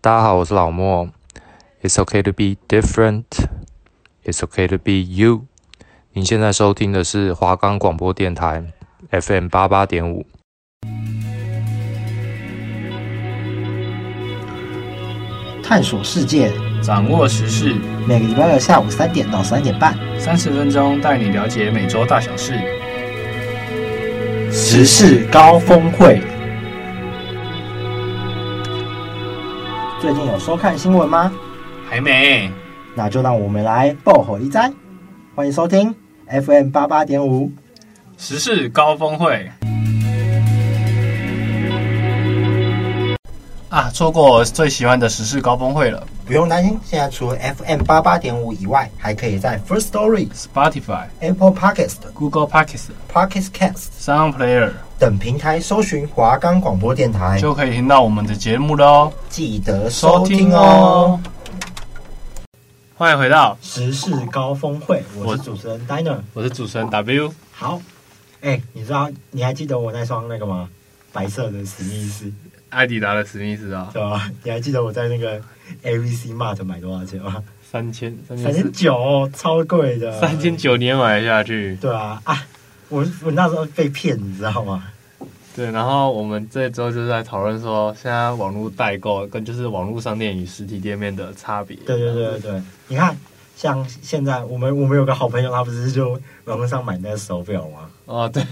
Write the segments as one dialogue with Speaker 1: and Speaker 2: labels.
Speaker 1: 大家好，我是老莫。It's okay to be different. It's okay to be you. 您现在收听的是华冈广播电台 FM 八八点五。
Speaker 2: 探索世界，
Speaker 3: 掌握时事，
Speaker 2: 每个礼拜六下午三点到三点半，
Speaker 3: 三十分钟带你了解每周大小事。
Speaker 2: 时事高峰会。最近有收看新闻吗？
Speaker 3: 还没，
Speaker 2: 那就让我们来爆火一灾。欢迎收听 FM 八八点五。
Speaker 3: 时事高峰会啊，错过我最喜欢的时事高峰会了。
Speaker 2: 不用担心，现在除了 FM 八八点五以外，还可以在 First Story、
Speaker 3: Spotify、
Speaker 2: Apple Podcast、
Speaker 3: Google Podcasts、
Speaker 2: Pocket Cast
Speaker 3: Sound Player
Speaker 2: 等平台搜寻华冈广播电台，
Speaker 3: 就可以听到我们的节目了哦，
Speaker 2: 记得收听哦。。
Speaker 3: 欢迎回到，
Speaker 2: 时事高峰会，我
Speaker 3: 我
Speaker 2: 是主持人 Diner。
Speaker 3: 我是主持人 W。
Speaker 2: 好，哎、你知道你还记得我那双那个吗？白色的史密斯，
Speaker 3: 艾迪达的史密斯啊，
Speaker 2: 对吧？你还记得我在那个 AVC Mart 买多少钱吗？
Speaker 3: 三千三
Speaker 2: 三
Speaker 3: 千
Speaker 2: 千
Speaker 3: 四
Speaker 2: 九、超贵的。
Speaker 3: 三千。九年买下去，
Speaker 2: 对啊啊！我我那时候被骗，你知道吗？
Speaker 3: 对，然后我们这周就是在讨论说，现在网络代购跟就是网络商店与实体店面的差别。
Speaker 2: 对对对对对，你看，像现在我们我们有个好朋友，他不是就网络上买那个手表吗？
Speaker 3: 哦，对，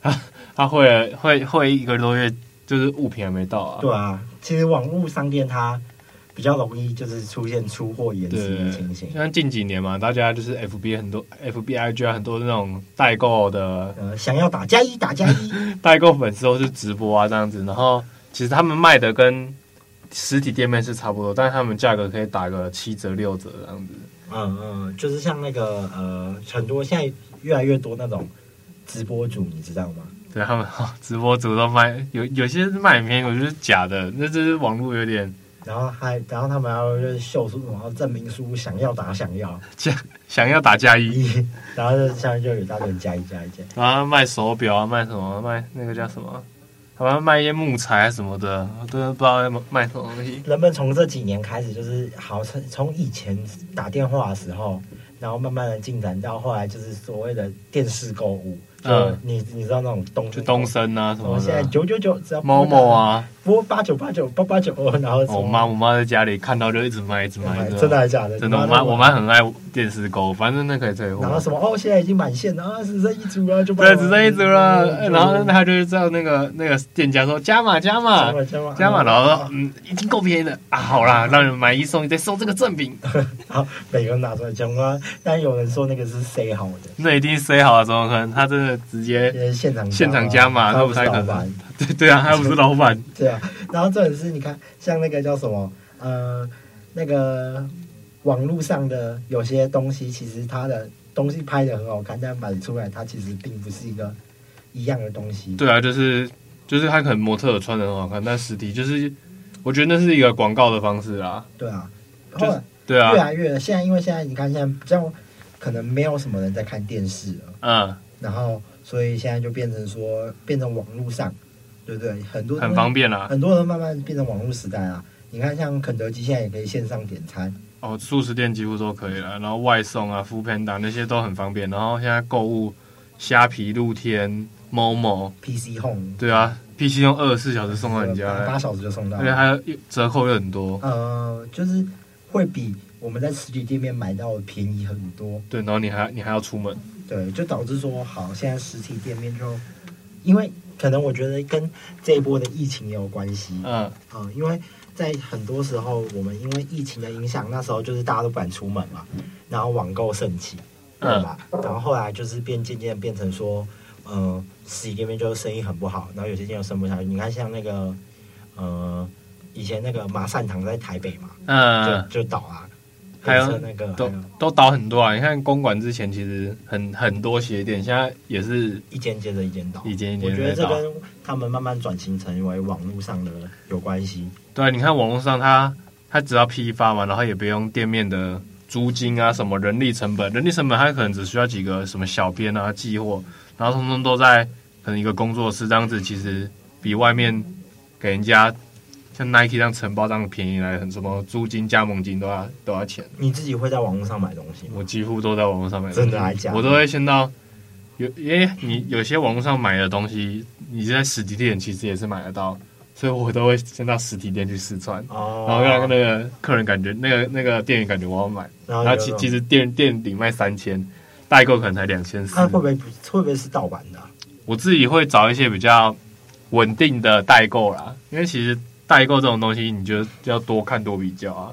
Speaker 3: 他他会了会会一个多月，就是物品还没到啊。
Speaker 2: 对啊，其实网络商店它比较容易就是出现出货延迟的情形。
Speaker 3: 像近几年嘛，大家就是 F B 很多 F B I G 很多那种代购的
Speaker 2: 呃，想要打加一，打加一。
Speaker 3: 代购粉丝都是直播啊这样子，然后其实他们卖的跟实体店面是差不多，但是他们价格可以打个七折六折这样子。
Speaker 2: 嗯嗯，就是像那个呃，很多现在越来越多那种直播主，你知道吗？
Speaker 3: 对他们、哦、直播主都卖，有有些是卖很便宜，有些是假的，那就是网络有点
Speaker 2: 然后还，然后他们要就是秀出什么证明书，想要打想要，
Speaker 3: 想想要打加一，
Speaker 2: 然后就像就有大人加一加一加一，
Speaker 3: 然后卖手表啊，卖什么卖那个叫什么，好像卖一些木材啊什么的，我都不知道在卖什么东西。
Speaker 2: 人们从这几年开始，就是好从从以前打电话的时候，然后慢慢的进展到后来就是所谓的电视购物，就、
Speaker 3: 嗯
Speaker 2: 你你知道那种东
Speaker 3: 就东，森啊什
Speaker 2: 然后
Speaker 3: 么
Speaker 2: 哦现在
Speaker 3: 的，
Speaker 2: 九九九只要
Speaker 3: 某某，啊，哦
Speaker 2: 拨八九八九八八九，然后什么哎
Speaker 3: 我妈我妈在家里看到就一直买一直买，
Speaker 2: 嗯真的还假的？
Speaker 3: 真的，我
Speaker 2: 你妈
Speaker 3: 妈
Speaker 2: 那么
Speaker 3: 我妈很爱电视购，反正那可以退货
Speaker 2: 然。后什么哦，现在已经满线了，啊，只剩一组了，就
Speaker 3: 对，只剩一组了，哎然后
Speaker 2: 那
Speaker 3: 他就是叫那个那个店家说加码加码
Speaker 2: 加码
Speaker 3: 加码，然后说嗯已经够便宜了啊，好啦，让你们买一送一，再送这个赠品，
Speaker 2: 好，每个人拿出来讲啊，但有人说那个是 C 好的，
Speaker 3: 那一定塞好了，怎么可能？他真的直
Speaker 2: 因
Speaker 3: 接
Speaker 2: 为现场
Speaker 3: 现场加码，
Speaker 2: 他
Speaker 3: 那
Speaker 2: 不
Speaker 3: 不
Speaker 2: 是
Speaker 3: 太可
Speaker 2: 盗版
Speaker 3: 能。对对啊，他不是老板，
Speaker 2: 对啊，然后这点是你看，像那个叫什么呃，那个网络上的有些东西，其实它的东西拍的很好看，但买出来它其实并不是一个一样的东西。
Speaker 3: 对啊，就是就是他可能模特儿穿的很好看，但实体就是我觉得那是一个广告的方式啦，
Speaker 2: 对啊，
Speaker 3: 就
Speaker 2: 后
Speaker 3: 是
Speaker 2: 来
Speaker 3: 对
Speaker 2: 越
Speaker 3: 啊，
Speaker 2: 来越现在，因为现在你看现在比较可能没有什么人在看电视了。
Speaker 3: 嗯，
Speaker 2: 然后所以现在就变成说变成网络上，对不对？很多
Speaker 3: 很方便啊啦。
Speaker 2: 很多人慢慢变成网络时代啊。你看，像肯德基现在也可以线上点餐，
Speaker 3: 哦，素食店几乎都可以了，然后外送啊、f o o Panda 那些都很方便。然后现在购物，虾皮、露天、某某，
Speaker 2: PC Home
Speaker 3: 对啊，PC 用二十四小时送到你家啊
Speaker 2: 八
Speaker 3: 来，
Speaker 2: 小时就送到
Speaker 3: 而。且还有折扣又很多。
Speaker 2: 呃，就是会比我们在实体店面买到的便宜很多。
Speaker 3: 对，然后你还你还要出门，
Speaker 2: 对，就导致说，好，现在实体店面就因为可能我觉得跟这一波的疫情也有关系。
Speaker 3: 嗯，
Speaker 2: 嗯，因为在很多时候，我们因为疫情的影响，那时候就是大家都不敢出门嘛，然后网购盛起，对吧？
Speaker 3: 嗯
Speaker 2: 然后后来就是变渐渐变成说，呃，实体店面就是生意很不好，然后有些店又生不下去。你看像那个，呃，以前那个马善堂在台北嘛，
Speaker 3: 嗯，
Speaker 2: 就就倒啊，
Speaker 3: 还有
Speaker 2: 变成那个还
Speaker 3: 都
Speaker 2: 有
Speaker 3: 都倒很多啊！你看公馆之前其实很很多鞋店，现在也是
Speaker 2: 一间接着一间倒。
Speaker 3: 一间一
Speaker 2: 我
Speaker 3: 间
Speaker 2: 觉
Speaker 3: 在
Speaker 2: 得这
Speaker 3: 倒。
Speaker 2: 跟他们慢慢转型成为网络上的有关系。
Speaker 3: 对，啊你看网络上它它只要批发嘛，然后也不用店面的租金啊，什么人力成本，人力成本它可能只需要几个什么小编啊、寄货，然后通通都在可能一个工作室这样子，其实比外面给人家像 Nike 这样承包这样便宜来很什么租金、加盟金都要都要钱。
Speaker 2: 你自己会在网络上买东西吗？
Speaker 3: 我几乎都在网络上买东西，
Speaker 2: 真的还假的
Speaker 3: 我都会先到有，因为你有些网络上买的东西，你在实体店其实也是买得到，所以我都会先到实体店去试穿，
Speaker 2: 哦，
Speaker 3: 然后让那个客人感觉，那个那个店员感觉我要买，
Speaker 2: 然后
Speaker 3: 然
Speaker 2: 哦有那
Speaker 3: 后其
Speaker 2: 种
Speaker 3: 其实店店里卖三千，代购可能才两千四
Speaker 2: 那。啊会不会不会不会是盗版的啊、
Speaker 3: 我自己会找一些比较稳定的代购啦，因为其实代购这种东西，你就要多看多比较啊。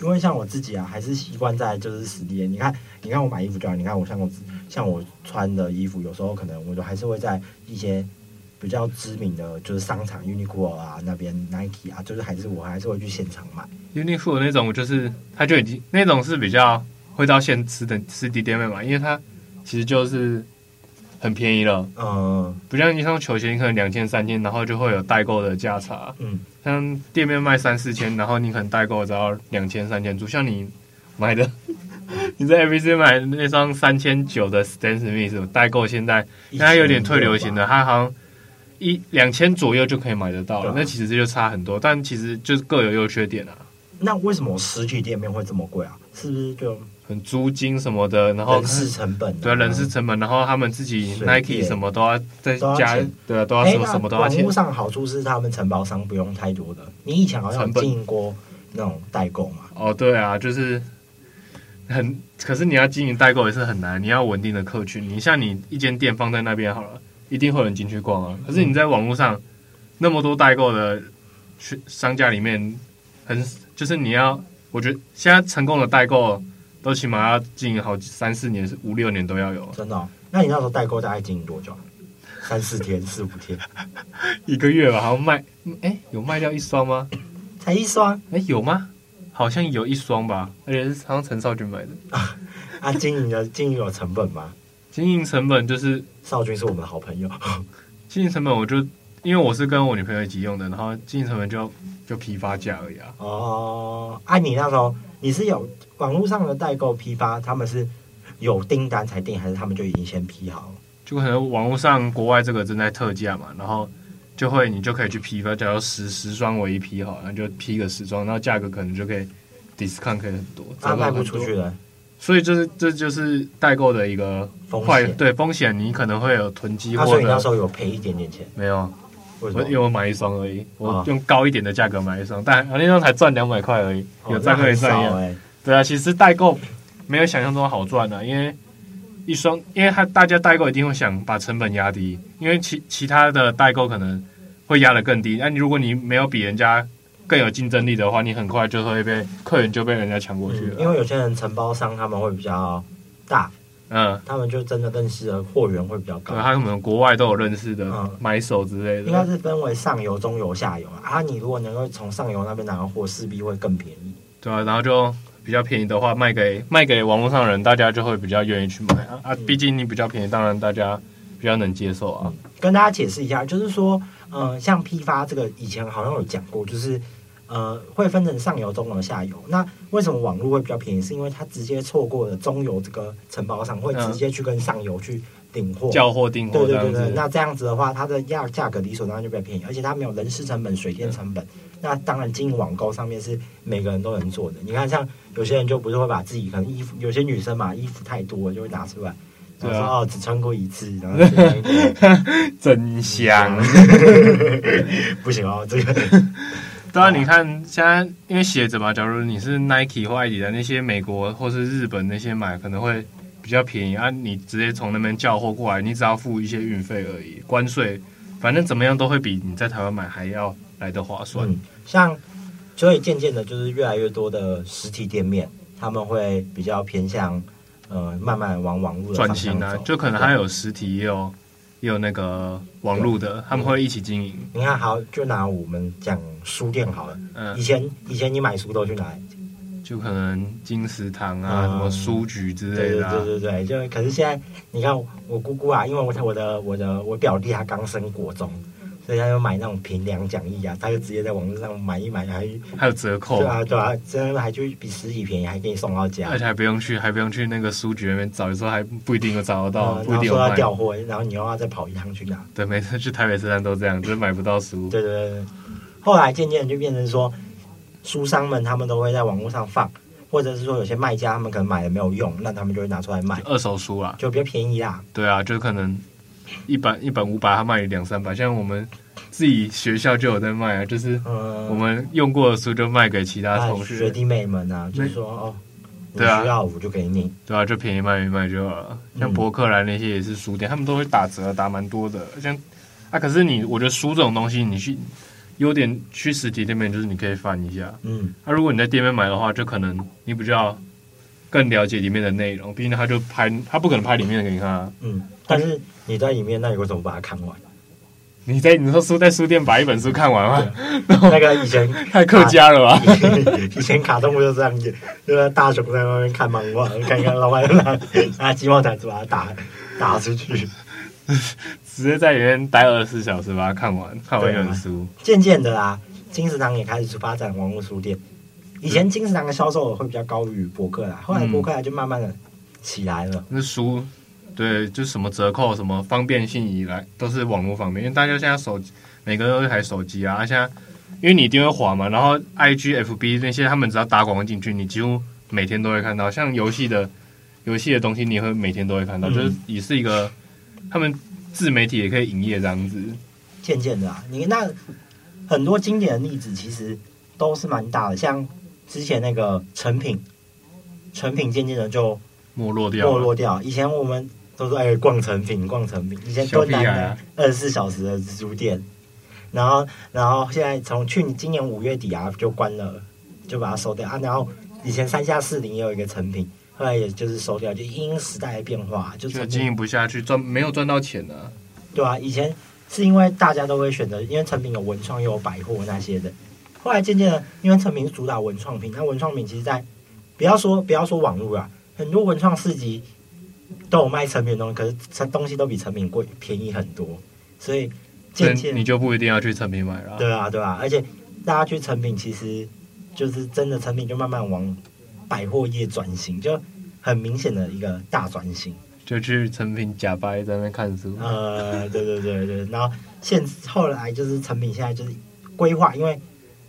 Speaker 2: 因为像我自己啊，还是习惯在就是实体店。你看，你看我买衣服就好，你看我像我自
Speaker 3: 嗯
Speaker 2: 像我穿的衣服，有时候可能我就还是会在一些比较知名的就是商场，Uniqlo 啊那边 Nike 啊，就是还是我还是会去现场买。
Speaker 3: Uniqlo 那种就是它就已经那种是比较会到现实的实体店面买，因为它其实就是很便宜了，
Speaker 2: 嗯
Speaker 3: 不像一双球鞋，你可能两千三千，然后就会有代购的价差。
Speaker 2: 嗯，
Speaker 3: 像店面卖三四千，然后你可能代购只要两千三千出，像你买的。 你在 ABC 买那双三千九的 Stan Smith 代购，现在现在有点退流行了，啊它好像一两千左右就可以买得到了。
Speaker 2: 对啊
Speaker 3: 那其实就差很多，但其实就是各有优缺点啊。
Speaker 2: 那为什么实体店面会这么贵啊？是不是就
Speaker 3: 很租金什么的，然后
Speaker 2: 人事成本、啊？
Speaker 3: 对人事成本，然后他们自己
Speaker 2: 水电
Speaker 3: Nike 什么都要再
Speaker 2: 都要
Speaker 3: 加
Speaker 2: 钱，
Speaker 3: 对啊，都要
Speaker 2: 哎，
Speaker 3: 什么
Speaker 2: 那
Speaker 3: 什么都要
Speaker 2: 网
Speaker 3: 钱
Speaker 2: 络。上好处是他们承包商不用太多的。你以前好像
Speaker 3: 成
Speaker 2: 有
Speaker 3: 本
Speaker 2: 经营过那种代购嘛？
Speaker 3: 哦，对啊，就是很，可是你要经营代购也是很难，你要稳定的客群。你像你一间店放在那边好了，一定会有人进去逛啊。可是你在网络上那么多代购的去商家里面，很就是你要，我觉得现在成功的代购都起码要经营好三四年、五六年都要有啊。
Speaker 2: 真的哦、那你那时候代购大概经营多久啊？三四天、四五天，
Speaker 3: 一个月吧，好像卖，哎、有卖掉一双吗？
Speaker 2: 才一双
Speaker 3: 哎、有吗？好像有一双吧，而且是好像陈少君买的。
Speaker 2: 啊！经营的经营有成本吗？
Speaker 3: 经营成本就是
Speaker 2: 少君是我们的好朋友，
Speaker 3: 经营成本，我就因为我是跟我女朋友一起用的，然后经营成本就就批发价而已啊。
Speaker 2: 哦，啊，你那时候你是有网络上的代购批发，他们是有订单才订，还是他们就已经先批好了？
Speaker 3: 就可能网络上国外这个正在特价嘛，然后就会你就可以去批发，假如十十双为一批好，然后就批个十双，然后价格可能就可以 discount 可以很多，
Speaker 2: 啊，
Speaker 3: 折扣
Speaker 2: 卖
Speaker 3: 很
Speaker 2: 不
Speaker 3: 多
Speaker 2: 出去的
Speaker 3: 所以就是这就是代购的一个
Speaker 2: 风
Speaker 3: 坏
Speaker 2: 险。
Speaker 3: 对风险，你可能会有囤积
Speaker 2: 啊，
Speaker 3: 货
Speaker 2: 所以你那
Speaker 3: 的
Speaker 2: 时。候有赔一点点钱，
Speaker 3: 没有，
Speaker 2: 为什么？
Speaker 3: 我因为我买一双而已，我
Speaker 2: 啊
Speaker 3: 用高一点的价格买一双，但那双才赚两百块而已，
Speaker 2: 哦
Speaker 3: 有赚
Speaker 2: 那
Speaker 3: 可以
Speaker 2: 很
Speaker 3: 赚一
Speaker 2: 少
Speaker 3: 样。
Speaker 2: 哎，
Speaker 3: 对啊，其实代购没有想象中好赚啊的、因为一双，因为他大家代购一定会想把成本压低，因为其其他的代购可能会压得更低。那你如果你没有比人家更有竞争力的话，你很快就会被客人就被人家抢过去
Speaker 2: 嗯
Speaker 3: 了。
Speaker 2: 因为有些人承包商他们会比较大，
Speaker 3: 嗯，
Speaker 2: 他们就真的认识的货源会比较高
Speaker 3: 对，。啊他们国外都有认识的
Speaker 2: 嗯
Speaker 3: 买手之类
Speaker 2: 应该
Speaker 3: 的。
Speaker 2: 是分为上游、中游、下游啊。啊，你如果能够从上游那边拿到货，势必会更便宜。
Speaker 3: 对啊，然后就比较便宜的话，卖给卖给网络上的人，大家就会比较愿意去买啊。
Speaker 2: 嗯
Speaker 3: 啊，毕竟你比较便宜，当然大家比较能接受啊。
Speaker 2: 跟大家解释一下，就是说，呃，像批发这个以前好像有讲过，就是呃会分成上游、中游、下游。那为什么网络会比较便宜？是因为它直接错过了中游这个承包商，会直接去跟上游去领货。
Speaker 3: 叫货订货
Speaker 2: 对
Speaker 3: 这
Speaker 2: 对
Speaker 3: 样
Speaker 2: 对对，
Speaker 3: 子，
Speaker 2: 那这样子的话，它的价价格理所当然就比较便宜，而且它没有人事成本、水电成本。那当然，经营网购上面是每个人都能做的。你看，像有些人就不是会把自己可能衣服，有些女生嘛，衣服太多就会拿出来，然
Speaker 3: 对啊
Speaker 2: 后说、哦只穿过一次，然后就拿一个
Speaker 3: 真香。
Speaker 2: 嗯不行哦，这个
Speaker 3: 对啊，
Speaker 2: 对啊
Speaker 3: 你看现在因为鞋子嘛，假如你是 Nike 或艾迪的那些美国或是日本那些买，可能会比较便宜啊。你直接从那边叫货过来，你只要付一些运费而已，关税，反正怎么样都会比你在台湾买还要来的划算。
Speaker 2: 嗯，像所以渐渐的，就是越来越多的实体店面，他们会比较偏向呃慢慢往网络的
Speaker 3: 赚
Speaker 2: 方向
Speaker 3: 钱啊
Speaker 2: 走，。
Speaker 3: 就可能它有实体，也有也有那个网络的，他们会一起经营。
Speaker 2: 你看，好，就拿我们讲书店好了。以
Speaker 3: 嗯，
Speaker 2: 前以前你买书都去哪里？
Speaker 3: 就可能金石堂啊，
Speaker 2: 嗯
Speaker 3: 什么书局之
Speaker 2: 对
Speaker 3: 类
Speaker 2: 对
Speaker 3: 的、啊。
Speaker 2: 对对对，就可是现在你看我姑姑啊，因为我我的我的我表弟他刚升国中，所以他就买那种平凉讲义啊，他就直接在网络上买一买，还
Speaker 3: 还有折扣
Speaker 2: 对，啊对啊，真的还就比实体便宜，还给你送到家
Speaker 3: 而。且还不用去，还不用去那个书局那边找，有时候还不一定有找得到，
Speaker 2: 呃然
Speaker 3: 不一
Speaker 2: 后
Speaker 3: 定有
Speaker 2: 说要
Speaker 3: 卖。
Speaker 2: 调货，然后你又要再跑一趟去拿。
Speaker 3: 对，每次去台北车站都这样，就是买不到书。
Speaker 2: 对对对对。后来渐渐就变成说，书商们他们都会在网络上放，或者是说有些卖家他们可能买了没有用，那他们就会拿出来卖，
Speaker 3: 二手书啦，
Speaker 2: 就比较便宜啦。
Speaker 3: 对啊，就可能一本一本五百，他卖你两三百。像我们自己学校就有在卖啊，就是
Speaker 2: 嗯，
Speaker 3: 我们用过的书就卖给其他
Speaker 2: 那
Speaker 3: 啊同
Speaker 2: 哎学
Speaker 3: 学，
Speaker 2: 弟妹们啊，就是说哦，你需
Speaker 3: 对啊
Speaker 2: 要我就给你，
Speaker 3: 对啊，就便宜卖一卖就好了。像
Speaker 2: 嗯
Speaker 3: 博客来那些也是书店，他们都会打折，打蛮多的。像啊，可是你我觉得书这种东西，你去优点去实体店面就是你可以翻一下，
Speaker 2: 嗯，
Speaker 3: 那、如果你在店面买的话，就可能你比较更了解里面的内容，毕竟他就拍，他不可能拍里面的给你看啊。
Speaker 2: 嗯，但是你在里面，那你为什么把它 看完？
Speaker 3: 你在你说书在书店把一本书看完 吗？
Speaker 2: 那个以前
Speaker 3: 太客家了吧？
Speaker 2: 以前卡通不就这样演，就是大雄在外面看漫 画，看一看老板啊拿拿鸡毛掸子把他打打出去。
Speaker 3: 直接在里面待二十四小时把它看完，看完一
Speaker 2: 对
Speaker 3: 本
Speaker 2: 啊
Speaker 3: 书。
Speaker 2: 渐渐的啦，金石堂也开始发展网络书店。以
Speaker 3: 嗯
Speaker 2: 前金石堂的销售额会比较高于博客来，后来博客来就慢慢的起来了。
Speaker 3: 那书，对，就什么折扣、什么方便性以来，都是网络方面，因为大家现在手机每个人都有一台手机啊，啊现在因为你一定会滑嘛，然后 I G F B 那些他们只要打广告进去，你几乎每天都会看到，像游戏的游戏的东西，你也会每天都会看到，
Speaker 2: 嗯
Speaker 3: 就是也是一个他们自媒体也可以营业这样子，
Speaker 2: 渐渐的啊，你那很多经典的例子其实都是蛮大的，像之前那个成品，成品渐渐的就
Speaker 3: 没落掉了，啊
Speaker 2: 没落掉。以前我们都说哎，逛成品，逛成品。以前
Speaker 3: 小
Speaker 2: 敦
Speaker 3: 屁孩
Speaker 2: 南
Speaker 3: 啊
Speaker 2: 的二十四小时的书店，然后然后现在从去年今年五月底啊就关了，就把它收掉啊。然后以前三下四零也有一个成品，后来也就是收掉，就因时代的变化，就
Speaker 3: 就
Speaker 2: 成
Speaker 3: 经
Speaker 2: 品
Speaker 3: 营不下去，赚没有赚到钱啊。
Speaker 2: 对啊，以前是因为大家都会选择，因为成品有文创又有百货那些的。后来渐渐的，因为成品是主打文创品，那文创品其实在不要说不要说网络啊，很多文创市集都有卖成品的东西，可是成东西都比成品贵便宜很多，所以
Speaker 3: 所以
Speaker 2: 渐渐
Speaker 3: 你就不一定要去成品买了啊。
Speaker 2: 对啊对啊，而且大家去成品其实就是真的成品就慢慢往百货业转型，就很明显的一个大转型。
Speaker 3: 就去成品假掰在那边看书。
Speaker 2: 呃，对对对对，然后现后来就是成品现在就是规划，因为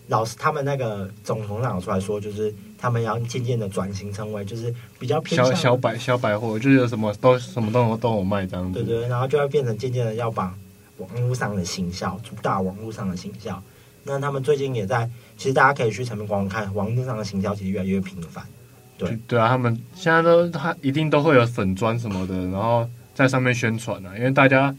Speaker 2: 老师他们那个总董事长有出来说，就是他们要渐渐的转型成为就是比较偏
Speaker 3: 小
Speaker 2: 向
Speaker 3: 小百小百货，就是有什么都什么都有都有卖这样子。
Speaker 2: 对对，对然后就要变成渐渐的要把网络上的行销主打网络上的行销。那他们最近也在，其实大家可以去成品逛逛看，网络上的行销其实越来越频繁。对
Speaker 3: 就对啊，他们现在都他一定都会有粉砖什么的，然后在上面宣传啊，因为大家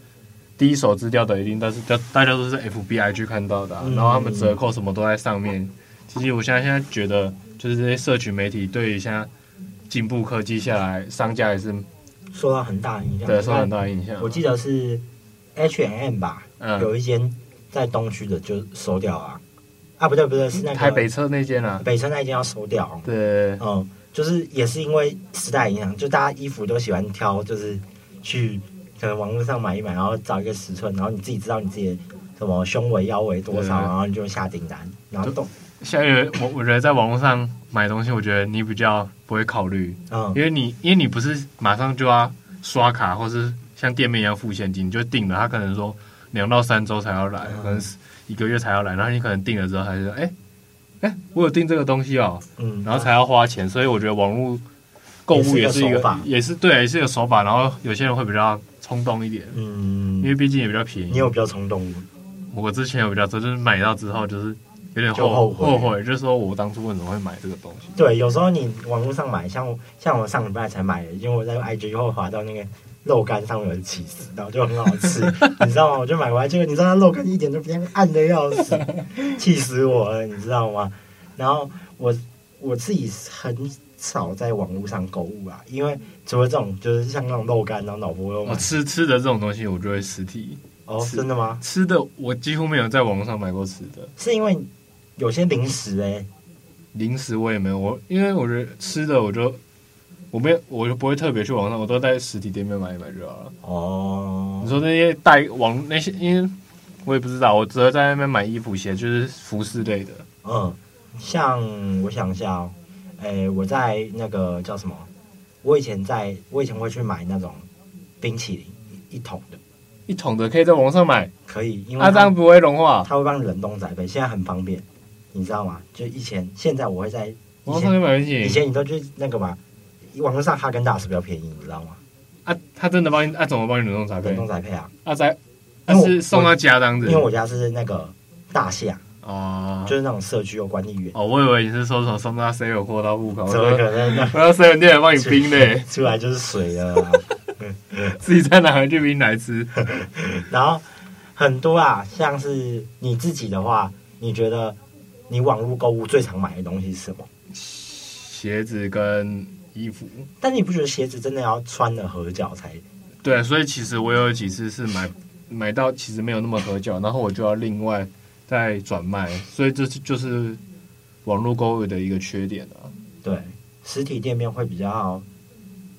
Speaker 3: 第一手资料的一定都是大大家都是 FBI 去看到的啊、
Speaker 2: 嗯
Speaker 3: 然后他们折扣什么都在上面。其实我现在现在觉得，就是这些社群媒体对于现在进步科技下来，商家也是
Speaker 2: 受到很大的影响。
Speaker 3: 对受到很大的影响。啊
Speaker 2: 我记得是 H M 吧，
Speaker 3: 嗯，
Speaker 2: 有一间在东区的就收掉啊，啊不对不对，是那个
Speaker 3: 台北车那间啊，
Speaker 2: 北城那一间要收掉，
Speaker 3: 对，
Speaker 2: 嗯，就是也是因为时代影响，就大家衣服都喜欢挑，就是去可能网络上买一买，然后找一个尺寸，然后你自己知道你自己的什么胸围、腰围多少，
Speaker 3: 对
Speaker 2: 然后你就下订单，然后
Speaker 3: 就
Speaker 2: 动，
Speaker 3: 现在我我觉得在网络上买东西，我觉得你比较不会考虑。
Speaker 2: 嗯
Speaker 3: 因为你因为你不是马上就要刷卡，或是像店面一样付现金，你就定了，他可能说两到三周才要来，
Speaker 2: 嗯
Speaker 3: 可能是一个月才要来，然后你可能定了之后，他就说，哎、哎、我有订这个东西哦，
Speaker 2: 嗯，
Speaker 3: 然后才要花钱，所以我觉得网络购物也
Speaker 2: 也是
Speaker 3: 是一
Speaker 2: 一个手
Speaker 3: 个
Speaker 2: 法，
Speaker 3: 也是对，也是一个手法，然后有些人会比较冲动一点，因
Speaker 2: 嗯，
Speaker 3: 为毕竟也比较便宜。
Speaker 2: 你有比较冲动吗？
Speaker 3: 我之前有比较多，就是买到之后就是有点
Speaker 2: 就后
Speaker 3: 后
Speaker 2: 悔
Speaker 3: 后悔，就是说我当初为什么会买这个东西。
Speaker 2: 对，有时候你网络上买，像我像我上礼拜才买的，因为我在 IG 后滑到那个肉干上面有起司，然后就很好吃，你知道吗？我就买回来，结果你知道那肉干一点都不像，暗的要死，气死我了，你知道吗？然后我我自己很少在网络上购物啊，因为除了这种就是像那种肉干，然后脑波肉
Speaker 3: 我
Speaker 2: 嘛，
Speaker 3: 吃吃的这种东西，我就会实体
Speaker 2: 哦，
Speaker 3: 吃
Speaker 2: 真的吗？
Speaker 3: 吃的，我几乎没有在网络上买过吃的。
Speaker 2: 是因为有些零食哎、
Speaker 3: 零食我也没有，我因为我觉得吃的我就我没有，我就不会特别去网上，我都在实体店面买一买就好了。
Speaker 2: 哦
Speaker 3: 你，说那些带网那些，因为我也不知道，我只会在那边买衣服、鞋，就是服饰类的。
Speaker 2: 嗯，像我想一下哦，诶、我在那个叫什么？我以前在，我以前会去买那种冰淇淋一一桶的，
Speaker 3: 一桶的可以在网上买，
Speaker 2: 可以，因为
Speaker 3: 啊它这样不会融化。
Speaker 2: 它会帮你冷冻宅配，现在很方便，你知道吗？就以前，现在我会在以
Speaker 3: 网上可
Speaker 2: 前
Speaker 3: 以买东
Speaker 2: 以
Speaker 3: 西
Speaker 2: 前你都去那个嘛，网络上哈根达斯比较便宜，你知道吗？
Speaker 3: 啊，它真的帮你啊？怎么帮你冷冻茶
Speaker 2: 冷
Speaker 3: 杯
Speaker 2: 冻？宅配啊，
Speaker 3: 啊在啊
Speaker 2: 因为我
Speaker 3: 是送到家这样子
Speaker 2: 因为我家是那个大厦，
Speaker 3: 哦
Speaker 2: 就是那种社区有管理员，
Speaker 3: 哦，我以为你是说什么送到 seven 货到户口，我
Speaker 2: 怎么
Speaker 3: 说
Speaker 2: 可能 呢？
Speaker 3: 我要 seven 店来帮你哦冰嘞，
Speaker 2: 出来就是水了啊、
Speaker 3: 自己再拿回去冰来吃。
Speaker 2: 然后很多啊，像是你自己的话，你觉得你网络购物最常买的东西是什么？
Speaker 3: 鞋子跟衣服，
Speaker 2: 但你不觉得鞋子真的要穿了合脚才？
Speaker 3: 对，啊所以其实我有几次是买买到其实没有那么合脚，然后我就要另外再转卖，所以这是就是网络购物的一个缺点啊。
Speaker 2: 对，实体店面会比较好，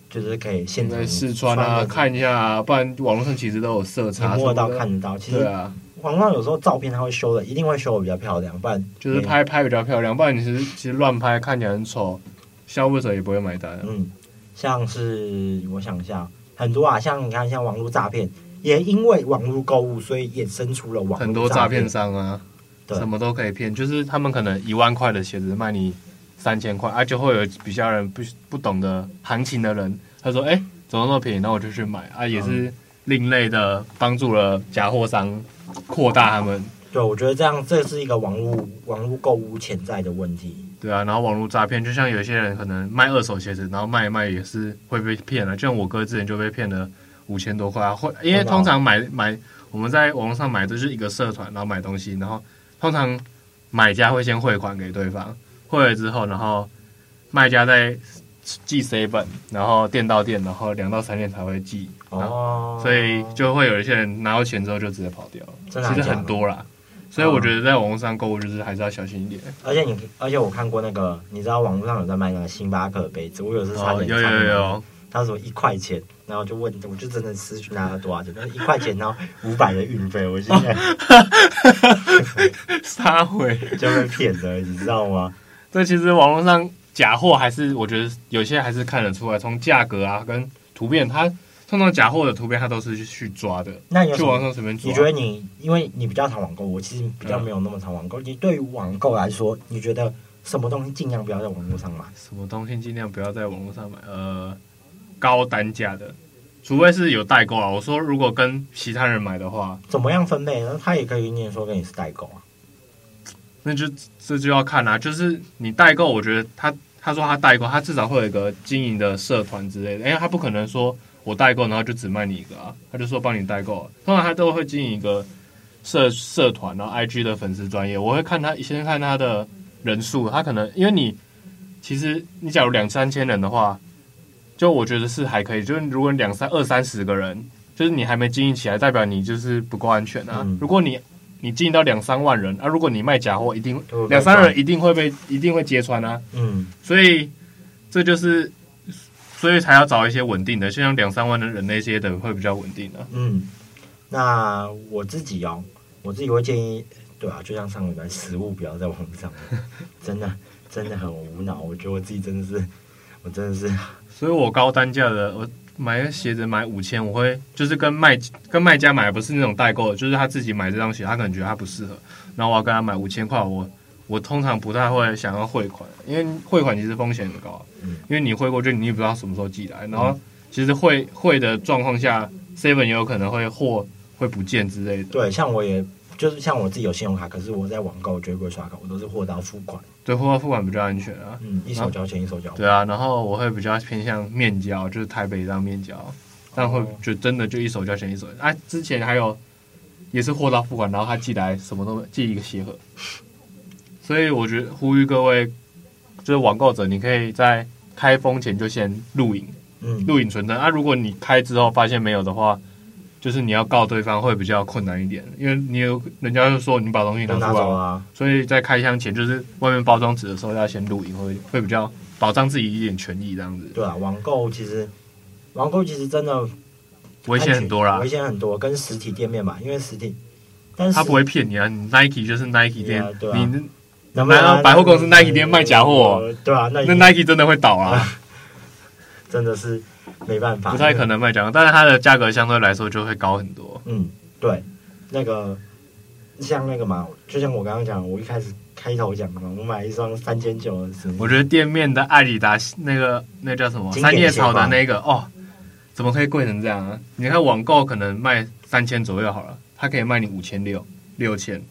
Speaker 2: 就是可以现
Speaker 3: 现
Speaker 2: 在
Speaker 3: 在试穿
Speaker 2: 嗯
Speaker 3: 啊，看一下啊，不然网络上其实都有色
Speaker 2: 你
Speaker 3: 差，
Speaker 2: 摸得到
Speaker 3: 什么的
Speaker 2: 看得到。其
Speaker 3: 对
Speaker 2: 实
Speaker 3: 啊，
Speaker 2: 网上有时候照片它会修的，一定会修的比较漂亮，不然
Speaker 3: 就是拍拍比较漂亮，不然你其实其实乱拍看起来很丑，消费者也不会买单啊。
Speaker 2: 嗯，像是我想一下，很多啊，像你看像网络诈骗，也因为网络购物，所以衍生出了网络
Speaker 3: 很多
Speaker 2: 诈
Speaker 3: 诈骗商啊，
Speaker 2: 对
Speaker 3: 什么都可以骗，就是他们可能一万块的鞋子卖你三千块，啊，就会有比较人不不懂得行情的人，他说，哎、怎么那么便宜？那我就去买啊，也
Speaker 2: 嗯
Speaker 3: 是另类的帮助了假货商扩大他们，
Speaker 2: 对，我觉得这样这是一个网络网络购物潜在的问题。
Speaker 3: 对啊，然后网络诈骗，就像有些人可能卖二手鞋子，然后卖一卖也是会被骗了，就像我哥之前就被骗了五千多块、啊，或因为
Speaker 2: 真的哦
Speaker 3: 通常买买我们在网络上买都是一个社团，然后买东西，然后通常买家会先汇款给对方，汇了之后，然后卖家再寄 C 本，然后店到店，然后两到三天才会寄，
Speaker 2: 哦，
Speaker 3: 所以就会有一些人拿到钱之后就直接跑掉了，
Speaker 2: 真的
Speaker 3: 其
Speaker 2: 还假
Speaker 3: 实
Speaker 2: 的嗯
Speaker 3: 很，多啦。所以我觉得在网络上购物就是还是要小心一点。
Speaker 2: 而且你而且我看过那个，你知道网络上有在卖那个星巴克的杯子，我有时差
Speaker 3: 哦，
Speaker 2: 点
Speaker 3: 有
Speaker 2: 差点
Speaker 3: 有
Speaker 2: 买
Speaker 3: 有，
Speaker 2: 他说一块钱，然后我就问，我就真的私讯他多少钱，他说一块钱，然后五百的运费，我现在
Speaker 3: 撒回。
Speaker 2: 就被骗了，你知道吗？
Speaker 3: 这其实网络上假货还是我觉得有些还是看得出来，从价格啊跟图片，它通常假货的图片它都是去去抓的，
Speaker 2: 那你有
Speaker 3: 去
Speaker 2: 什
Speaker 3: 网
Speaker 2: 么？
Speaker 3: 上随便抓。
Speaker 2: 你觉得你因为你比较常网购，我其实比较
Speaker 3: 嗯
Speaker 2: 没有那么常网购。你对于网购来说，你觉得什么东西尽量不要在网络上买？
Speaker 3: 什么东西尽量不要在网络上买？呃，高单价的，除非是有代购啊。我说如果跟其他人买的话，
Speaker 2: 怎么样分类呢？他也可以念说跟你是代购啊。
Speaker 3: 那就这就要看啦、啊就是你代购，我觉得他他说他代购，他至少会有一个经营的社团之类的，哎因为他不可能说我代购，然后就只卖你一个啊，他就说帮你代购啊、通常他都会经营一个社社团，然后 IG 的粉丝专业，我会看他先看他的人数，他可能因为你其实你假如两三千人的话，就我觉得是还可以，就是如果两三二三十个人，就是你还没经营起来，代表你就是不够安全啊。
Speaker 2: 嗯
Speaker 3: 如果你你经营到两三万人啊，如果你卖假货，一定
Speaker 2: 对我
Speaker 3: 两三人一定会被一定会揭穿啊，
Speaker 2: 嗯，
Speaker 3: 所以这就是所以才要找一些稳定的，就像两三万的人那些的会比较稳定啊。
Speaker 2: 嗯，那我自己哦，我自己会建议，对啊，就像上礼拜，食物不要在网上， 真的真的很无脑。我觉得我自己真的是，我真的是，
Speaker 3: 所以我高单价的，我买鞋子买五千，我会就是跟卖跟卖家买，不是那种代购的，就是他自己买这双鞋，他可能觉得他不适合，然后我要跟他买五千块，我我通常不太会想要汇款，因为汇款其实风险很高啊，
Speaker 2: 嗯
Speaker 3: 因为你汇过去，你也不知道什么时候寄来，然后其实汇汇的状况下，seven 也有可能会货会不见之类的。
Speaker 2: 对，像我也就是像我自己有信用卡，可是我在网购绝对不会刷卡，我都是货到付款，
Speaker 3: 对，货到付款比较安全啊。
Speaker 2: 嗯，一手交钱一手交。
Speaker 3: 对啊，然后我会比较偏向面交，就是台北这样面交，但
Speaker 2: 哦
Speaker 3: 会就真的就一手交钱一手。啊，之前还有也是货到付款，然后他寄来什么都没寄一个鞋盒，所以我觉得呼吁各位，就是网购者，你可以在开封前就先录影，
Speaker 2: 嗯，
Speaker 3: 录影存证啊。如果你开之后发现没有的话，就是你要告对方会比较困难一点，因为你有人家就说你把东西拿
Speaker 2: 都拿
Speaker 3: 出来
Speaker 2: 走
Speaker 3: 了。
Speaker 2: 啊，
Speaker 3: 所以在开箱前，就是外面包装纸的时候要先录影，会会比较保障自己一点权益，这样子
Speaker 2: 对啊，网购其实网购其实真的
Speaker 3: 危险很多啦
Speaker 2: 危。险很多，跟实体店面吧，因为实体，但是
Speaker 3: 他不会骗你啊你，Nike 就是 Nike 店
Speaker 2: 对啊对啊
Speaker 3: 你
Speaker 2: 能不能呃
Speaker 3: 难道百货公司 Nike 店卖假货？
Speaker 2: 对啊，那
Speaker 3: 那 Nike 真的会倒啊。
Speaker 2: 真的是没办法，
Speaker 3: 不太可能卖假货，但是它的价格相对来说就会高很多。
Speaker 2: 嗯，对，那个像那个嘛，就像我刚刚讲，我一开始开头讲的嘛，我买一双三千九的，
Speaker 3: 我觉得店面的艾迪达那个那叫什么
Speaker 2: 经典
Speaker 3: 三叶草的
Speaker 2: 鲜花
Speaker 3: 那个哦，怎么可以贵成这样啊？你看网购可能卖三千左右好了，它可以卖你五千六、六千，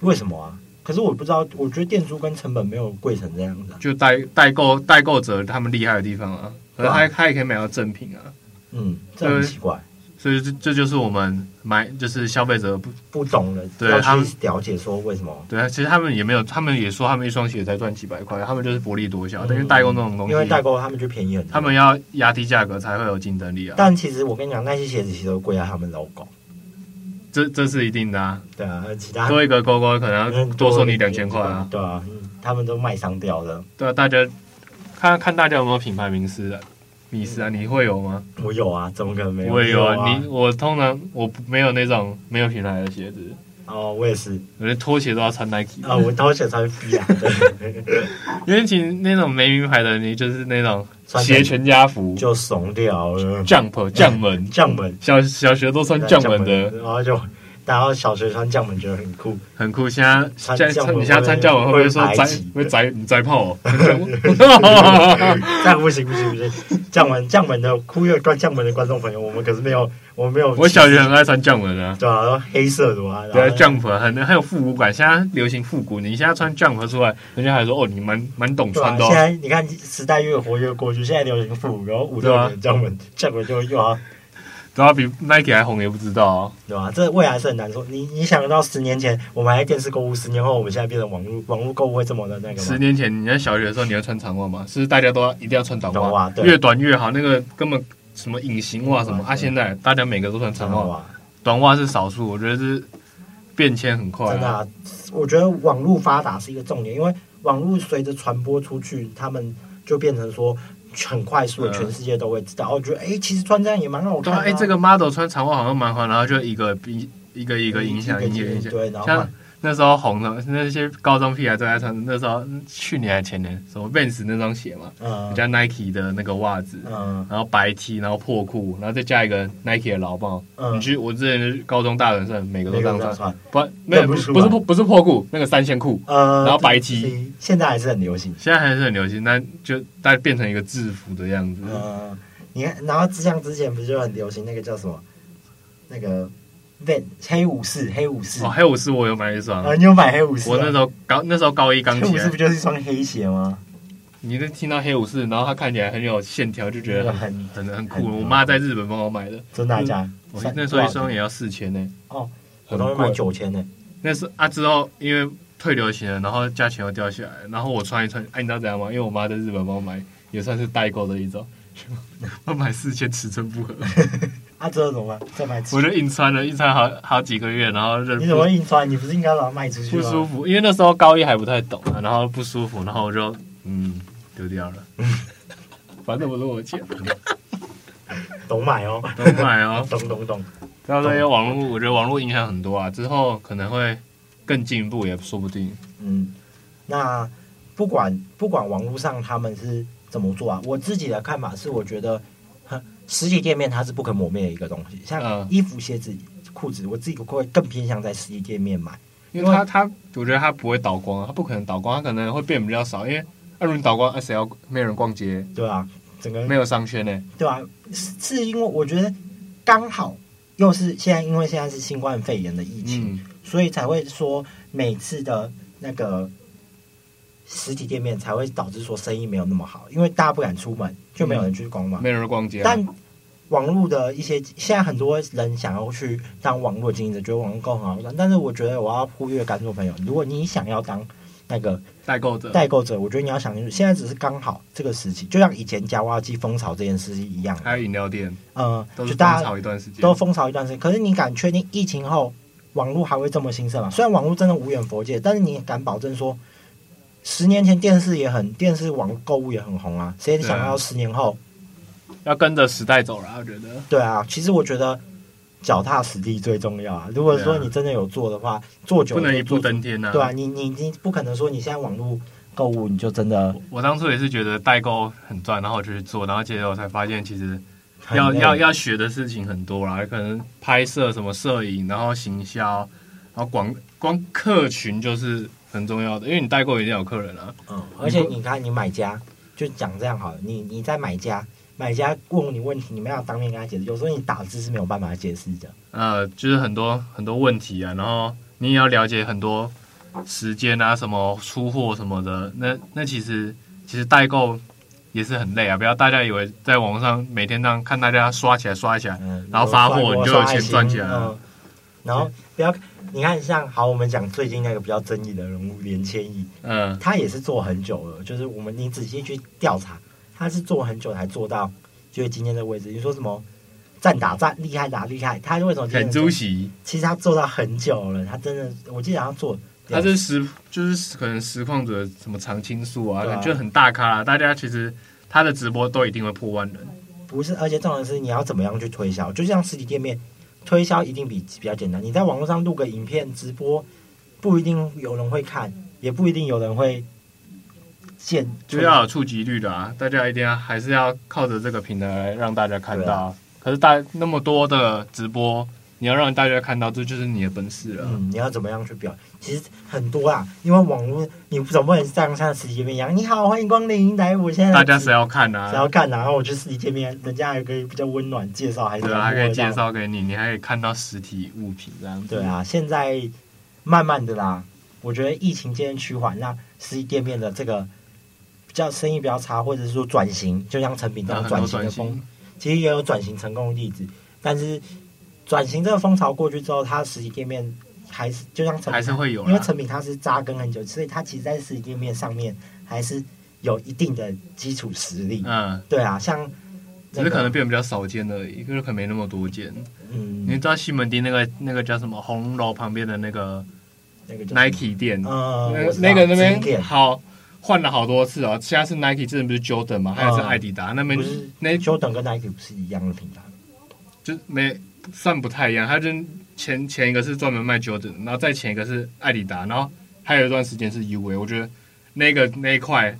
Speaker 2: 为什么啊？可是我不知道，我觉得店租跟成本没有贵成这样子、啊。
Speaker 3: 就代代购代购者他们厉害的地方啊，可
Speaker 2: 对
Speaker 3: 是它
Speaker 2: 啊
Speaker 3: 它也可以买到正品啊，
Speaker 2: 嗯，这很奇怪，
Speaker 3: 所以这这就是我们买就是消费者不
Speaker 2: 不懂的
Speaker 3: 对他
Speaker 2: 要
Speaker 3: 们
Speaker 2: 去了解说为什么，
Speaker 3: 对啊，其实他们也没有，他们也说他们一双鞋才赚几百块，他们就是薄利多销，
Speaker 2: 嗯
Speaker 3: 但是代购那种东西，
Speaker 2: 因为代购他们就便宜很多。
Speaker 3: 他们要压低价格才会有竞争力啊，
Speaker 2: 但其实我跟你讲，那些鞋子其实都贵啊在他们 logo。
Speaker 3: 这这是一定的啊，
Speaker 2: 对啊，其他嗯
Speaker 3: 多一个勾勾可能要啊多收你两千块啊，
Speaker 2: 对啊，嗯他们都卖商掉了。
Speaker 3: 对啊，大家看看大家有没有品牌迷失啊，迷失啊，你会有吗？
Speaker 2: 我有啊，怎么可能没有？
Speaker 3: 我也有啊，
Speaker 2: 啊
Speaker 3: 你。我通常我不没有那种没有品牌的鞋子，
Speaker 2: 哦，我也是
Speaker 3: 我连拖鞋都要穿 Nike，
Speaker 2: 啊，我拖鞋才会逼啊，对
Speaker 3: 因为其实那种没名牌的你就是那种
Speaker 2: 穿
Speaker 3: 鞋全家福、
Speaker 2: 就怂掉了。
Speaker 3: jump 将门。
Speaker 2: 将门，
Speaker 3: 小小学都穿降门的，
Speaker 2: 然哦后就，然后小学穿将门觉得很酷，
Speaker 3: 很酷。现在
Speaker 2: 穿
Speaker 3: 现在
Speaker 2: 降
Speaker 3: 穿
Speaker 2: 门
Speaker 3: 你现在参教文会不会说
Speaker 2: 会被
Speaker 3: 宅
Speaker 2: 排挤
Speaker 3: 会宅你宅 炮、哦？
Speaker 2: 这样不行不行不行，将门将门的酷越观将门的观众朋友，我们可是没有，我们没有，
Speaker 3: 我小学很爱穿降文啊，
Speaker 2: 对啊，然后黑色的啊，
Speaker 3: 对
Speaker 2: 然
Speaker 3: 啊
Speaker 2: 后
Speaker 3: ，Jump 很很有复古感。现在流行复古，你现在穿 Jump 出来，人家还说哦，你蛮蛮懂
Speaker 2: 对啊
Speaker 3: 穿，的、
Speaker 2: 现
Speaker 3: 哦。
Speaker 2: 在你看时代越活越过去，现在流行复古，然后五
Speaker 3: 对
Speaker 2: 六
Speaker 3: 啊
Speaker 2: 年将门将门就又要
Speaker 3: 对啊，比 Nike 还红也不知道哦。
Speaker 2: 对吧、这未来是很难说。你你想到十年前我们还在电视购物，十年后我们现在变成网络网络购物会这么的那个
Speaker 3: 十
Speaker 2: 吗？
Speaker 3: 年前你在小学的时候，你要穿长袜吗？是大家都要一定要穿短
Speaker 2: 短
Speaker 3: 袜
Speaker 2: 袜，对
Speaker 3: 越短越好。那个根本什么隐形袜什么
Speaker 2: 嗯
Speaker 3: 啊，现在大家每个都穿长
Speaker 2: 真的
Speaker 3: 袜，
Speaker 2: 哇，
Speaker 3: 短袜是少数，我觉得是变迁很快、啊。
Speaker 2: 真的、啊，我觉得网络发达是一个重点，因为网络随着传播出去，他们就变成说很快速的，
Speaker 3: 嗯
Speaker 2: 全世界都会知道。哦，觉得哎，其实穿这样也蛮好
Speaker 3: 对
Speaker 2: 看
Speaker 3: 啊，
Speaker 2: 的、
Speaker 3: 哎、这个 model 穿长袜好像蛮好，然后就一个比一个一个影嗯响，一个影响。
Speaker 2: 对，然后
Speaker 3: 像那时候红的那些高中屁孩最爱穿，那时候去年还前年，什么 Vans 那双鞋嘛，
Speaker 2: 嗯
Speaker 3: 加 Nike 的那个袜子，
Speaker 2: 嗯
Speaker 3: 然后白 T，然后破裤，然后再加一个 Nike 的劳帽。你
Speaker 2: 嗯，
Speaker 3: 去我之前去高中大人上每个都
Speaker 2: 没
Speaker 3: 这
Speaker 2: 有
Speaker 3: 样
Speaker 2: 这样啊
Speaker 3: 穿，
Speaker 2: 穿，
Speaker 3: 不，没有
Speaker 2: 认不
Speaker 3: 不是
Speaker 2: 出
Speaker 3: 不
Speaker 2: 来
Speaker 3: 是破不是破裤，那个三线裤。
Speaker 2: 呃，
Speaker 3: 然后白 T
Speaker 2: 现在还是很流行。
Speaker 3: 现在还是很流行，那就它变成一个制服的样子。
Speaker 2: 呃，你看，然后之像之前不是就很流行那个叫什么，那个 Van 黑武士，黑武士，
Speaker 3: 哦，黑武士我有买一双，
Speaker 2: 呃，你有买黑武士吗？
Speaker 3: 我那时候高那时候高一刚
Speaker 2: 黑
Speaker 3: 起
Speaker 2: 武士
Speaker 3: 来
Speaker 2: 不，就是一双黑鞋吗？
Speaker 3: 你是听到黑武士，然后他看起来很有线条，就觉得很
Speaker 2: 很
Speaker 3: 很很
Speaker 2: 啊很
Speaker 3: 酷。我妈在日本帮我买的，
Speaker 2: 真的还假的？
Speaker 3: 嗯我
Speaker 2: 三
Speaker 3: 那时候一
Speaker 2: 多少
Speaker 3: 双
Speaker 2: 钱
Speaker 3: 也要四千呢，
Speaker 2: 哦，我
Speaker 3: 很
Speaker 2: 都会买
Speaker 3: 贵。
Speaker 2: 九千呢。
Speaker 3: 那是啊，之后因为退流行了，然后价钱又掉下来，然后我穿一穿，哎，你知道怎样吗？因为我妈在日本帮我买，也算是代购的一种。我买四千尺寸不合，
Speaker 2: 啊，这怎么办？再买几
Speaker 3: 我就硬穿了，硬穿好好几个月，然后就
Speaker 2: 你怎么
Speaker 3: 不
Speaker 2: 会硬穿？你不是应该把它卖出去
Speaker 3: 不
Speaker 2: 吗？
Speaker 3: 舒服，因为那时候高一还不太懂啊，然后不舒服，然后我就嗯丢掉了，反正不是我的钱，啊
Speaker 2: 懂买哦，
Speaker 3: 都买哦。
Speaker 2: 懂懂懂。
Speaker 3: 到时候有网络，我觉得网络影响很多啊，之后可能会更进一步也说不定。
Speaker 2: 嗯，那不管不管网络上他们是怎么做啊，我自己的看法是，我觉得呵实体店面它是不可磨灭的一个东西，
Speaker 3: 嗯
Speaker 2: 像衣服、鞋子、裤子，我自己会更偏向在实体店面买。
Speaker 3: 因为它它，我觉得它不会倒光啊，它不可能倒光，它可能会变比较少，因为二轮倒光，啊谁要没有人逛街，
Speaker 2: 对啊，整个
Speaker 3: 没有商圈呢、
Speaker 2: 对啊，是是因为我觉得刚好又是现在，因为现在是新冠肺炎的疫情，
Speaker 3: 嗯，
Speaker 2: 所以才会说每次的那个实体店面才会导致说生意没有那么好，因为大家不敢出门，就没有人去逛嘛。
Speaker 3: 没有人逛街、啊。
Speaker 2: 但网络的一些，现在很多人想要去当网络经营者，觉得网络购很好赚，但是我觉得我要忽略观众朋友，如果你想要当那个
Speaker 3: 代购者，
Speaker 2: 代购者，我觉得你要想清楚，现在只是刚好这个时期，就像以前夹娃娃机风潮这件事一样，
Speaker 3: 还有饮料店，
Speaker 2: 嗯、
Speaker 3: 都是
Speaker 2: 就
Speaker 3: 风
Speaker 2: 大家
Speaker 3: 潮一段时间。
Speaker 2: 都风潮一段时间。可是你敢确定疫情后网络还会这么兴盛吗？虽然网络真的无远佛界，但是你敢保证说，十年前电视也很电视网购物也很红啊，谁
Speaker 3: 对啊
Speaker 2: 想要十年后
Speaker 3: 要跟着时代走了，我觉得。
Speaker 2: 对啊，其实我觉得脚踏实地最重要啊。如果说
Speaker 3: 对啊
Speaker 2: 你真的有做的话，做久
Speaker 3: 不
Speaker 2: 了
Speaker 3: 能
Speaker 2: 就
Speaker 3: 一步
Speaker 2: 做
Speaker 3: 登天呐、
Speaker 2: 对啊，你你你不可能说你现在网络购物你就真的
Speaker 3: 我当初也是觉得代购很赚，然后我就去做，然后接着我才发现其实
Speaker 2: 很
Speaker 3: 要
Speaker 2: 累
Speaker 3: 要要学的事情很多啦，可能拍摄什么摄影，然后行销，然后广光客群就是很重要的，因为你代购一定要有客人啊。
Speaker 2: 嗯，而且你看，你买家就讲这样好了，你你在买家，买家问你问题，你们要当面跟他解释。有时候你打字是没有办法解释的。
Speaker 3: 呃，就是很多很多问题啊，然后你也要了解很多时间啊，什么出货什么的。那那其实其实代购也是很累啊，不要大家以为在网上每天让看大家刷起来刷起来，
Speaker 2: 嗯，
Speaker 3: 然后发货
Speaker 2: 刷
Speaker 3: 你就有
Speaker 2: 刷
Speaker 3: 钱
Speaker 2: 爱心
Speaker 3: 赚钱啊
Speaker 2: 嗯，然后不要，你看像好，我们讲最近那个比较争议的人物连千亿，
Speaker 3: 嗯、
Speaker 2: 他也是做很久了，就是我们你仔细去调查，他是做很久才做到，就是今天的位置。你说什么战打战厉害打厉害，他为什么今天
Speaker 3: 很
Speaker 2: 能做
Speaker 3: 周？喜，
Speaker 2: 其实他做到很久了，他真的，我记得他做
Speaker 3: 他是实就是可能实况者什么常青树啊，
Speaker 2: 对啊
Speaker 3: 就很大咖啦。大家其实他的直播都一定会破万人，
Speaker 2: 不是，而且重点是你要怎么样去推销，就像实体店面，推销一定比比较简单。你在网络上录个影片直播，不一定有人会看，也不一定有人会见，
Speaker 3: 就要有触及率的啊。大家一定要还是要靠着这个平台来让大家看到啊。可是大那么多的直播，你要让大家看到，这就是你的本事了。
Speaker 2: 嗯，你要怎么样去表？其实很多啦，啊因为网络你总不能像像实体店面一样，你好，欢迎光临，来，我现在
Speaker 3: 大家谁要看
Speaker 2: 只
Speaker 3: 啊
Speaker 2: 要？看，然后我去实体店面，人家还有个比较温暖介绍，还是
Speaker 3: 对啊，还可以介
Speaker 2: 能摸得到。
Speaker 3: 绍给你，你还可以看到实体物品这样子。
Speaker 2: 对，啊，现在慢慢的啦，我觉得疫情渐渐趋缓，那实体店面的这个比较生意比较差，或者是说转型，就像成品这
Speaker 3: 那
Speaker 2: 种
Speaker 3: 很多
Speaker 2: 转型
Speaker 3: 转
Speaker 2: 的风
Speaker 3: 型，，
Speaker 2: 其实也有转型成功的例子，但是转型这个风潮过去之后，它实体店面还是就像成品
Speaker 3: 还是会有啦
Speaker 2: 因为成品它是扎根很久，所以它其实在实体店面上面还是有一定的基础实力。
Speaker 3: 嗯，
Speaker 2: 对啊，像、
Speaker 3: 只
Speaker 2: 那
Speaker 3: 是
Speaker 2: 个、
Speaker 3: 可能变得比较少见而已，就是可能没那么多见。
Speaker 2: 嗯，
Speaker 3: 你知道西门町那个那个叫什么红楼旁边的那个
Speaker 2: 那个叫什么
Speaker 3: Nike 店，
Speaker 2: 呃，
Speaker 3: 那
Speaker 2: 我知道
Speaker 3: 那个那
Speaker 2: 经
Speaker 3: 边
Speaker 2: 典
Speaker 3: 好换了好多次哦。现在是 Nike，之前不是 Jordan 嘛，还有是
Speaker 2: 嗯
Speaker 3: 艾迪达那边
Speaker 2: 不是
Speaker 3: 那
Speaker 2: 久等跟 Nike 不是一样的品牌吗。
Speaker 3: 就没算不太一样。它就前前一个是专门卖 Jordan，然后再前一个是艾迪达，然后还有一段时间是 UA。我觉得那个那一块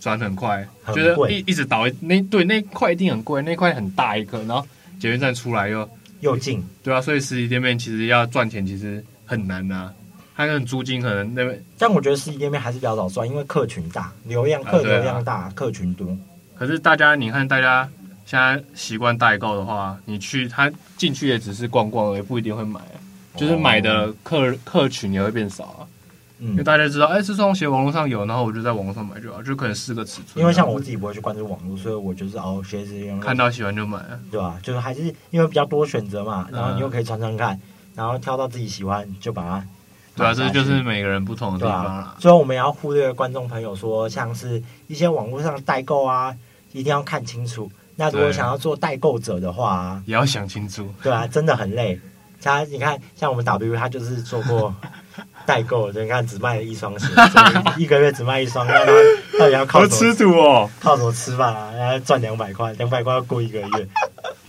Speaker 3: 转很快，
Speaker 2: 很
Speaker 3: 就是
Speaker 2: 贵
Speaker 3: 一一直倒那对那块一定很贵，那块很大一颗，然后捷运站出来又
Speaker 2: 又近，
Speaker 3: 对啊，所以实体店面其实要赚钱其实很难呐、啊。它跟租金可能那边，
Speaker 2: 但我觉得实体店面还是比较早赚，因为客群大，流量
Speaker 3: 啊
Speaker 2: 客
Speaker 3: 对啊啊
Speaker 2: 流量大，客群多。
Speaker 3: 可是大家你看大家现在习惯代购的话，你去他进去也只是逛逛而已，不一定会买啊、就是买的客客群也会变少啊，因为
Speaker 2: 哦嗯，
Speaker 3: 大家知道，哎、这双鞋网络上有，然后我就在网络上买就好，就可能试个尺寸啊。
Speaker 2: 因为像我自己不会去关注网络，所以我就是哦，鞋子用
Speaker 3: 看到喜欢就买啊，
Speaker 2: 对吧？就是还是因为比较多选择嘛，
Speaker 3: 嗯
Speaker 2: 然后你又可以穿穿看，然后挑到自己喜欢就把它。
Speaker 3: 对啊，
Speaker 2: 买下
Speaker 3: 这
Speaker 2: 去
Speaker 3: 就是每个人不同的地
Speaker 2: 对
Speaker 3: 方
Speaker 2: 啊
Speaker 3: 啦，。
Speaker 2: 所以我们也要忽略观众朋友说，像是一些网络上代购啊，一定要看清楚。那如果
Speaker 3: 对
Speaker 2: 想要做代购者的话、啊，
Speaker 3: 也要想清楚，
Speaker 2: 对啊，真的很累。他你看，像我们 W，他就是做过代购，就你看只卖了一双鞋，所以一个月只卖一双，那他到底要靠
Speaker 3: 好
Speaker 2: 什么
Speaker 3: 吃土哦。
Speaker 2: 靠什么吃饭啊？然后赚两百块，两百块要过一个月，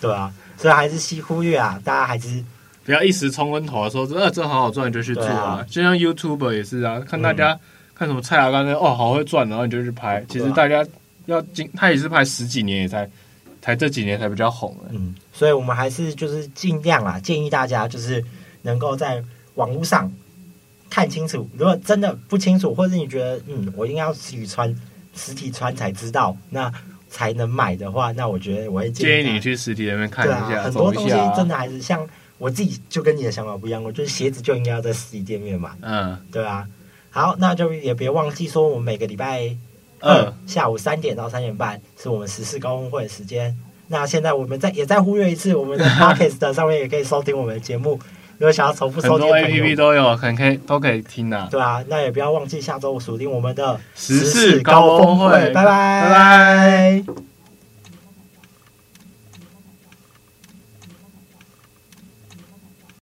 Speaker 2: 对啊，所以还是惜忽略啊，大家还是
Speaker 3: 不要一时冲昏头啊，说这、呃、这好好赚就去做
Speaker 2: 对嗯
Speaker 3: 啊。就像 YouTuber 也是啊，看大家、看什么蔡雅刚那哦好会赚，然后你就去
Speaker 2: 啊
Speaker 3: 拍。其实大家要经，他也是拍十几年也才才这几年才比较红哎、
Speaker 2: 嗯，所以我们还是就是尽量啦，建议大家就是能够在网络上看清楚，如果真的不清楚，或者你觉得嗯，我应该要实体穿实体穿才知道，那才能买的话，那我觉得我会建
Speaker 3: 建
Speaker 2: 议
Speaker 3: 议
Speaker 2: 大家
Speaker 3: 你去实体那边看
Speaker 2: 对
Speaker 3: 一
Speaker 2: 啊，
Speaker 3: 下，
Speaker 2: 很
Speaker 3: 走
Speaker 2: 多
Speaker 3: 一
Speaker 2: 东西
Speaker 3: 下啊。
Speaker 2: 真的还是像我自己就跟你的想法不一样，我觉得鞋子就应该要在实体店面买，
Speaker 3: 嗯，
Speaker 2: 对啊。好，那就也别忘记说，我们每个礼拜二
Speaker 3: 二
Speaker 2: 下午三点到三点半是我们十四高峰会的时间。那现在我们再也再忽略一次，我 们在 Podcast 上面也可以收听我们的节目。如果想要重复
Speaker 3: 很
Speaker 2: 收
Speaker 3: 多
Speaker 2: 听的
Speaker 3: A
Speaker 2: 朋
Speaker 3: P P
Speaker 2: 友，
Speaker 3: 都有，很可以都可以听啊。
Speaker 2: 对啊，那也不要忘记下周锁定我们的
Speaker 3: 十四
Speaker 2: 14
Speaker 3: 高峰
Speaker 2: 峰
Speaker 3: 会
Speaker 2: 拜拜
Speaker 3: 拜拜。